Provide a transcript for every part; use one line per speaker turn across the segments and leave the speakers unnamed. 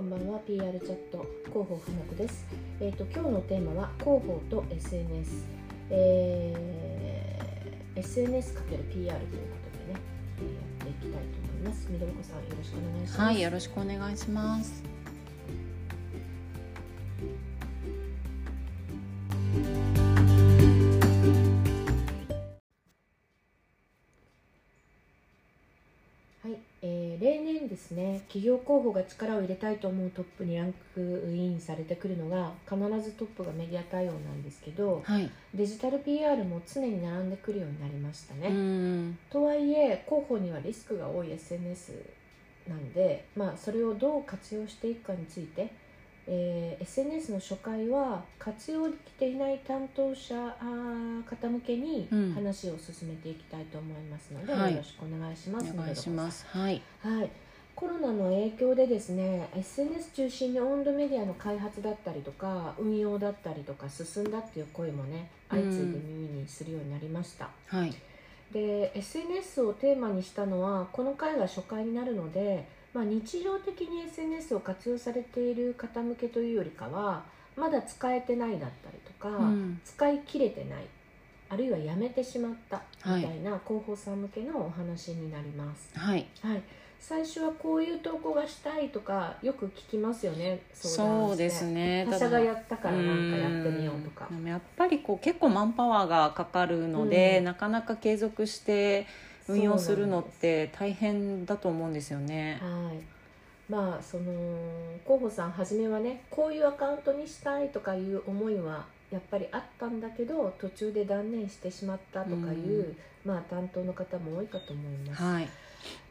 んばんは PR チャット広報花子です。えっ、ー、と今日のテーマは広報と SNS、えー、SNS かける PR ということでね、やっていきたいと思います。みどりこさんよろしくお願いします。
はい、よろしくお願いします。
ですね企業候補が力を入れたいと思うトップにランクインされてくるのが必ずトップがメディア対応なんですけど、
はい、
デジタル PR も常に並んでくるようになりましたね。とはいえ候補にはリスクが多い SNS なんで、まあ、それをどう活用していくかについて、えー、SNS の初回は活用できていない担当者方向けに話を進めていきたいと思いますので、うん、よろしくお願いします。
はい、お願いします。はい、
はいコロナの影響でですね SNS 中心に温度メディアの開発だったりとか運用だったりとか進んだっていう声もね相次いで耳にするようになりました、
うん、はい、
で SNS をテーマにしたのはこの回が初回になるので、まあ、日常的に SNS を活用されている方向けというよりかはまだ使えてないだったりとか、うん、使い切れてないあるいはやめてしまったみたいな広報さん向けのお話になります。
はい、
はい最初はこういう投稿がしたいとかよく聞きますよね
そうですね
他社がやったからなんかやってみようとか
やっぱりこう結構マンパワーがかかるので、うん、なかなか継続して運用するのって大変だと思うんですよね
はいまあその候補さん初めはねこういうアカウントにしたいとかいう思いはやっぱりあったんだけど途中で断念してしまったとかいう、うん、まあ、担当の方も多いかと思います。
はい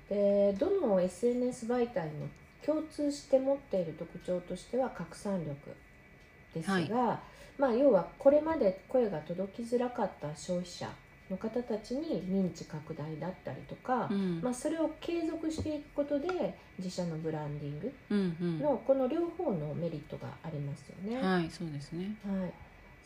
でどの SNS 媒体も共通して持っている特徴としては拡散力ですが、はい、まあ、要はこれまで声が届きづらかった消費者の方たちに認知拡大だったりとか、うん、まあ、それを継続していくことで自社のブランディングのこの両方のメリットがありますよね。
うんうん、はい、そうですね、
はい、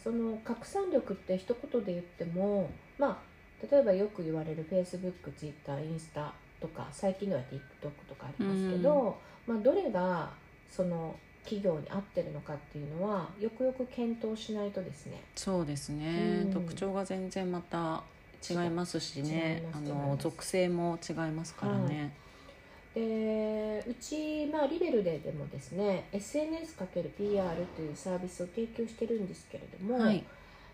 その拡散力って一言で言っても、まあ、例えばよく言われる Facebook、Twitter、インスタとか最近では TikTok とかありますけど、うん、まあ、どれがその企業に合ってるのかっていうのはよくよく検討しないとですね
そうですね、うん、特徴が全然また違いますしねあの属性も違いますからね。
はい、でうち、まあ、リベルででもですね SNS×PR というサービスを提供してるんですけれども、
はい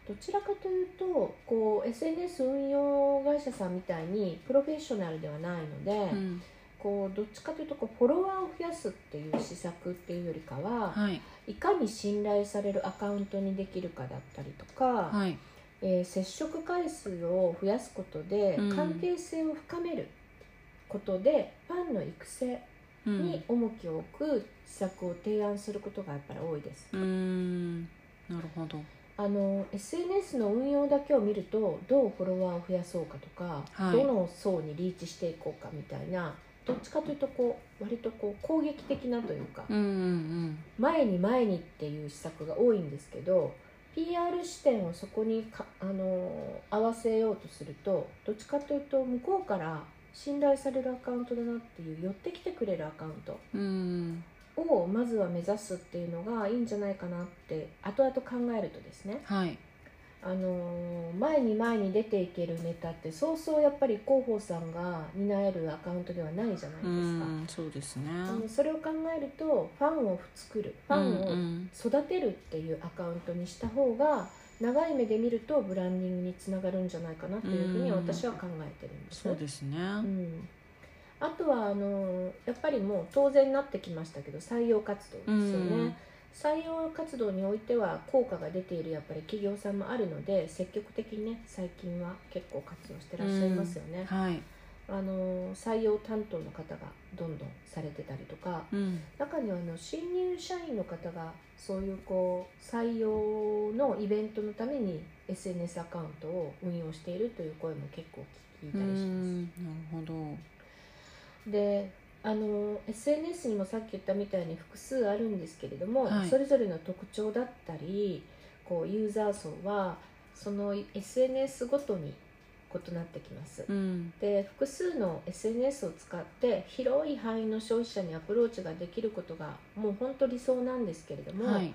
どちらかというとこう SNS 運用会社さんみたいにプロフェッショナルではないので、うん、こうどっちかというとこうフォロワーを増やすっていう施策っていうよりかは、
はい、
いかに信頼されるアカウントにできるかだったりとか、
はい、
えー、接触回数を増やすことで関係性を深めることで、ファンの育成に重きを置く施策を提案することがやっぱり多いです。
うんなるほど
あの SNS の運用だけを見るとどうフォロワーを増やそうかとか、はい、どの層にリーチしていこうかみたいなどっちかというとこう割とこう攻撃的なというか、
うんうんうん、
前に前にっていう施策が多いんですけど PR 視点をそこにかあの合わせようとするとどっちかというと向こうから信頼されるアカウントだなっていう寄ってきてくれるアカウント。
うん
をまずは目指すっていうのがいいんじゃないかなって後々考えるとですね、
はい、
あの前に前に出ていけるネタってそうそうやっぱり広報さんが担えるアカウントではないじゃないです
かそうですね
それを考えるとファンを作るファンを育てるっていうアカウントにした方が長い目で見るとブランディングにつながるんじゃないかなというふうに私は考えてるんです、
ね、そうですね、
うんあとはあのやっぱりもう当然なってきましたけど採用活動ですよね、うん、採用活動においては効果が出ているやっぱり企業さんもあるので積極的にね最近は結構活用してらっしゃいますよね、
うんはい、
あの採用担当の方がどんどんされてたりとか、
うん、
中にはあの新入社員の方がそういうこう採用のイベントのために SNS アカウントを運用しているという声も結構聞いたりします。な
るほど
であの SNS にもさっき言ったみたいに複数あるんですけれども、はい、それぞれの特徴だったりこうユーザー層はその SNS ごとに異なってきます。
うん
で複数の SNS を使って広い範囲の消費者にアプローチができることがもう本当理想なんですけれども、
はい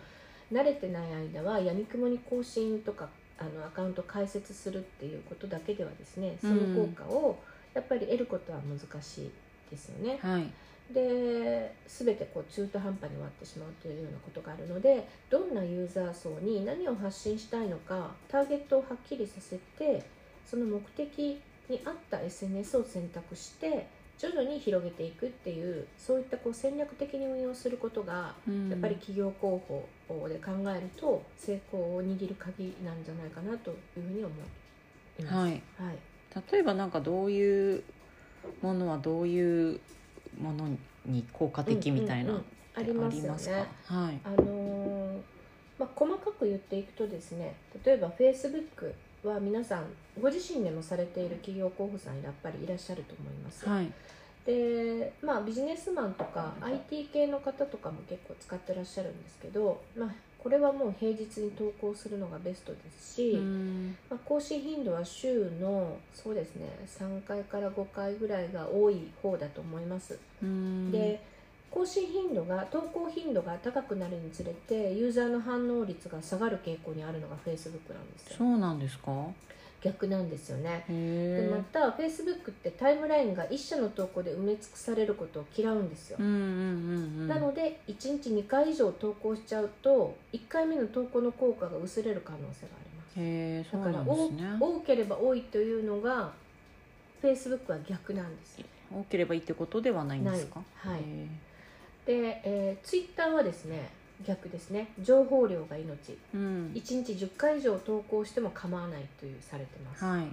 慣れてない間はやみくもに更新とかあのアカウント開設するっていうことだけではですねその効果をやっぱり得ることは難しいですよね。
はい
で全てこう中途半端に終わってしまうというようなことがあるのでどんなユーザー層に何を発信したいのかターゲットをはっきりさせてその目的に合った SNS を選択して徐々に広げていくっていうそういったこう戦略的に運用することが
うん
やっぱり企業広報で考えると成功を握る鍵なんじゃないかなというふうに思います。
はい
はい
例えばなんかどういうものはどういうものに効果的みたいな
うんうんう
っ
ん
て
あ
あ
り
り
ますよ
ますか
ね。
はい
あのーまあ、細かく言っていくとですね例えば Facebook は皆さんご自身でもされている企業候補さんやっぱりいらっしゃると思います、
はい
で、まあ、ビジネスマンとか IT 系の方とかも結構使ってらっしゃるんですけど、まあ、これはもう平日に投稿するのがベストですし、
うん
まあ、更新頻度は週のそうですね3回から5回ぐらいが多い方だと思います
うん
で更新頻度が投稿頻度が高くなるにつれてユーザーの反応率が下がる傾向にあるのが Facebook なんです
そ
よ
うなんですか
逆なんですよね
へ
でま
え
た Facebook ってタイムラインが一社の投稿で埋め尽くされることを嫌うんですよ、
うんうんうんうん
なので1日2回以上投稿しちゃうと1回目の投稿の効果が薄れる可能性があります
へえそ
だか
うな
ら
んで
多
すね
多ければ多いというのが Facebook は逆なんですよ
多ければいいってことではないんですか
ないはい
へえ
で、えー、Twitter はですね逆ですね情報量が命
う
1
ん
日10回以上投稿しても構わないというされてます、
はい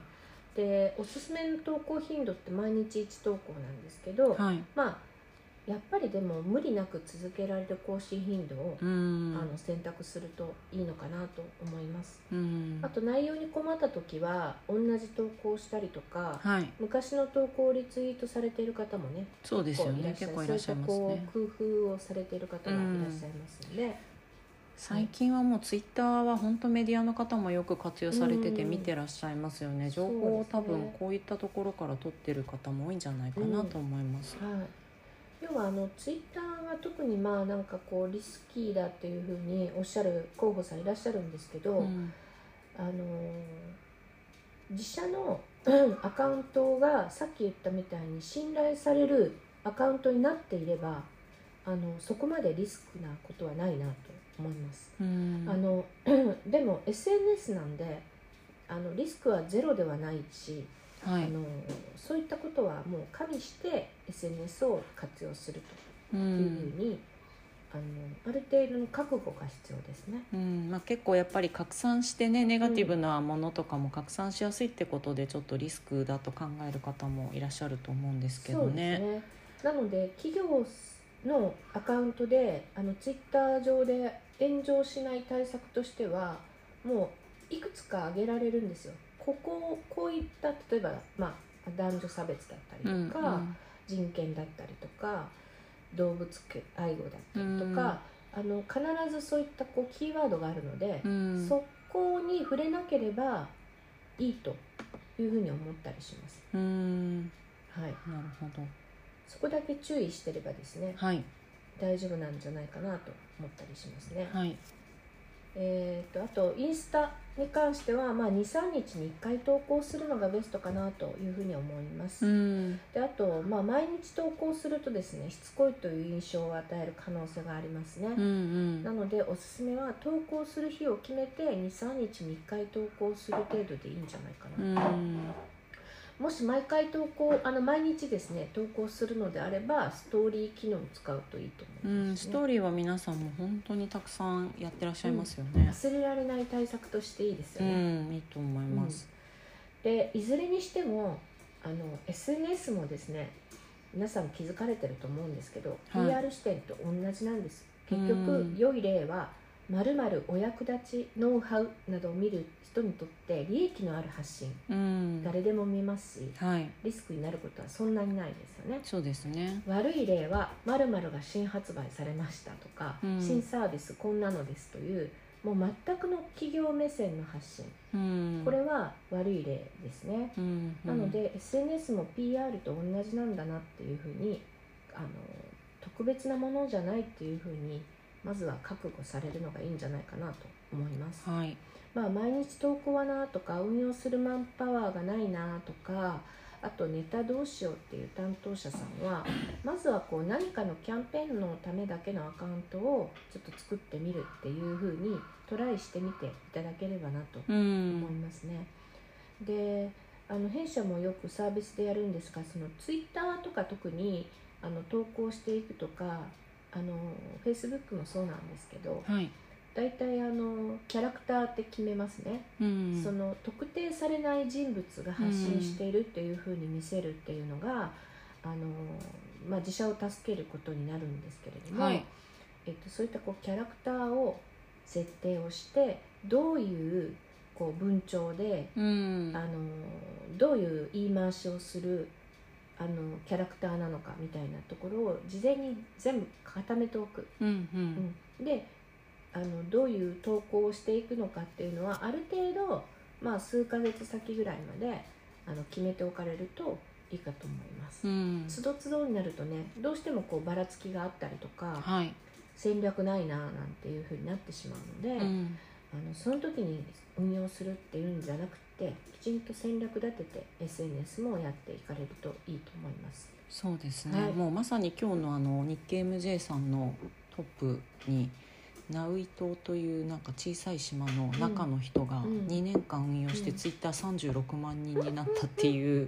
でおすすめの投稿頻度って毎日1投稿なんですけど、
はい
まあやっぱりでも無理なく続けられる更新頻度を、
う
あ
ん
の選択するといいのかなと思います
うん
あと内容に困った時は同じ投稿をしたりとか
はい
昔の投稿をリツイートされている方もね
そうですよね
結
結
構
構
い
い
らっ
らっ
し
し
ゃ
ゃ
い
い
ま
ま
ね
すすね
そういうこう工夫をされている方がいらっしゃいますので、
最近はもうツイッターは本当メディアの方もよく活用されてて
うん
見てらっしゃいますよね、情
そうです
報
ね
を多分こういったところから取ってる方も多いんじゃないかなと思います、
はい、要はあのツイッターが特にまあなんかこうリスキーだっていうふうにおっしゃる候補さんいらっしゃるんですけど、
うん
あのー自社の うんアカウントがさっき言ったみたいに信頼されるアカウントになっていればあのそこまでリスクなことはないなと思います。
うん
あの でも SNS なんであのリスクはゼロではないし、
は
あ
い、
のそういったことはもう加味して SNS を活用する
う
というふ
ん
うに、あのある程度の覚悟が必要ですね。
うんまあ、結構やっぱり拡散してねネガティブなものとかも拡散しやすいってことでちょっとリスクだと考える方もいらっしゃると思うんですけどね。
ねなので企業のアカウントであのツイッター上で炎上しない対策としてはもういくつか挙げられるんですよ。ここをこういった例えば、まあ、男女差別だったりと
う
か、
んうん
人権だったりとか動物愛護だったりとか、あの必ずそういったこうキーワードがあるので
う、ん
そこに触れなければいいというふうに思ったりします、
うん
はい、
なるほど
そこだけ注意してればですね
はい
大丈夫なんじゃないかなと思ったりしますね、
はい
えー、とあとインスタに関しては、まあ、23日に1回投稿するのがベストかなというふうに思います、
うん
であと、まあ、毎日投稿するとですねしつこいという印象を与える可能性がありますね、
うんうん
なのでおすすめは投稿する日を決めて23日に1回投稿する程度でいいんじゃないか
う
な、
ん
もし毎回投稿あの毎日ですね投稿するのであればストーリー機能を使うといいと
う
思いま
ん、
す、
ス
ね
トーリーは皆さんも本当にたくさんやってらっしゃいますよね。
忘れられない対策としていいです
う
よ
ん、
ね、
いいと思います。
でいずれにしてもあの SNS もですね皆さん気づかれてると思うんですけど、
はい
PR 視点と同じなんです結
う
局
ん
良い例はまるまるお役立ちノウハウなどを見る人にとって利益のある発信
うん、
誰でも見ますし
はい、
リスクになることはそんなにないですよね
そうですね。
悪い例は「まるが新発売されました」とか、
うん
新サービスこんなのです」というもう全くの企業目線の発信
うん
これは悪い例ですね、
うん
なので SNS も PR と同じなんだなっていうふうにあの特別なものじゃないっていうふうにまずは覚悟されるのがいいんじゃないかなと思います。
はい
まあ、毎日投稿はなとか運用するマンパワーがないなとかあとネタどうしようっていう担当者さん はまずはこう何かのキャンペーンのためだけのアカウントをちょっと作ってみるっていうふうにトライしてみていただければなと
う
思い
ん
ますね。であの弊社もよくサービスでやるんですがそのツイッターとか特にあの投稿していくとかあのフェイスブックもそうなんですけど
はい
大体あのキャラクターって決めますね、
うん
その特定されない人物が発信しているっていうふうに見せるっていうのが、あのまあ、自社を助けることになるんですけれども、
はい
えっと、そういったこうキャラクターを設定をしてどういうこう文鳥で、
うん
あのどういう言い回しをするあのキャラクターなのかみたいなところを事前に全部固めておく、
うん
う
う
んん、であのどういう投稿をしていくのかっていうのはある程度、まあ、数ヶ月先ぐらいまであの決めておかれるといいかと思います。
うん
つどつどになるとねどうしてもこうばらつきがあったりとか、
はい
戦略ないなあなんていう風になってしまうので、
うん
あのその時に運用するっていうんじゃなくてきちんと戦略立てて SNS もやっていかれるといいと思います。
そうですね、
はい
もうまさに今日のあの日経 MJ さんのトップにナウイ島というなんか小さい島の中の人が
うん
2年間運用して
うん
ツイッター36万人になったっていう、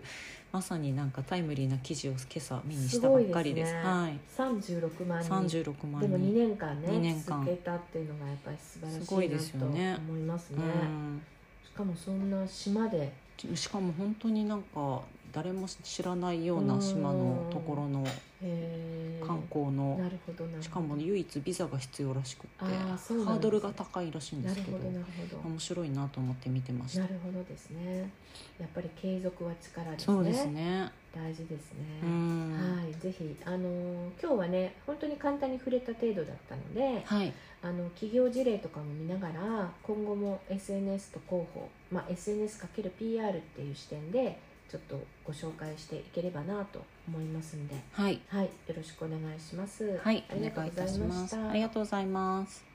まさになんかタイムリーな記事を今朝見にしたばっかりです。
すごいですね
はい
36万人
36万
で
人
も2年間ね
二年間
続けたっていうのがやっぱり素晴らしいな
すごいですよね
と思いますね。
うん
しかもそんな島で
しかも本当になんか誰も知らないような島のところの
へー
観光の
なるほどなるほど
しかも唯一ビザが必要らしくって
あーそうなんですね
ハードルが高いらしいんで
な
す
る
け
ほ
ど
どなるほど。
面白いなと思って見てました
なるほどですね。やっぱり継続は力ですね。
そうですね
大事ですね。
うん
はい、ぜひあのー今日はね本当に簡単に触れた程度だったので
はい
あの企業事例とかも見ながら今後も SNS と広報、まあ、SNS×PR っていう視点でちょっとご紹介していければなと思いますんで、
はい
はい、よろしくお願いします。
はい
ありがと
お
う
願いい
ござ
た
い
し
ま
ま
し
す
た
あり。がとうございます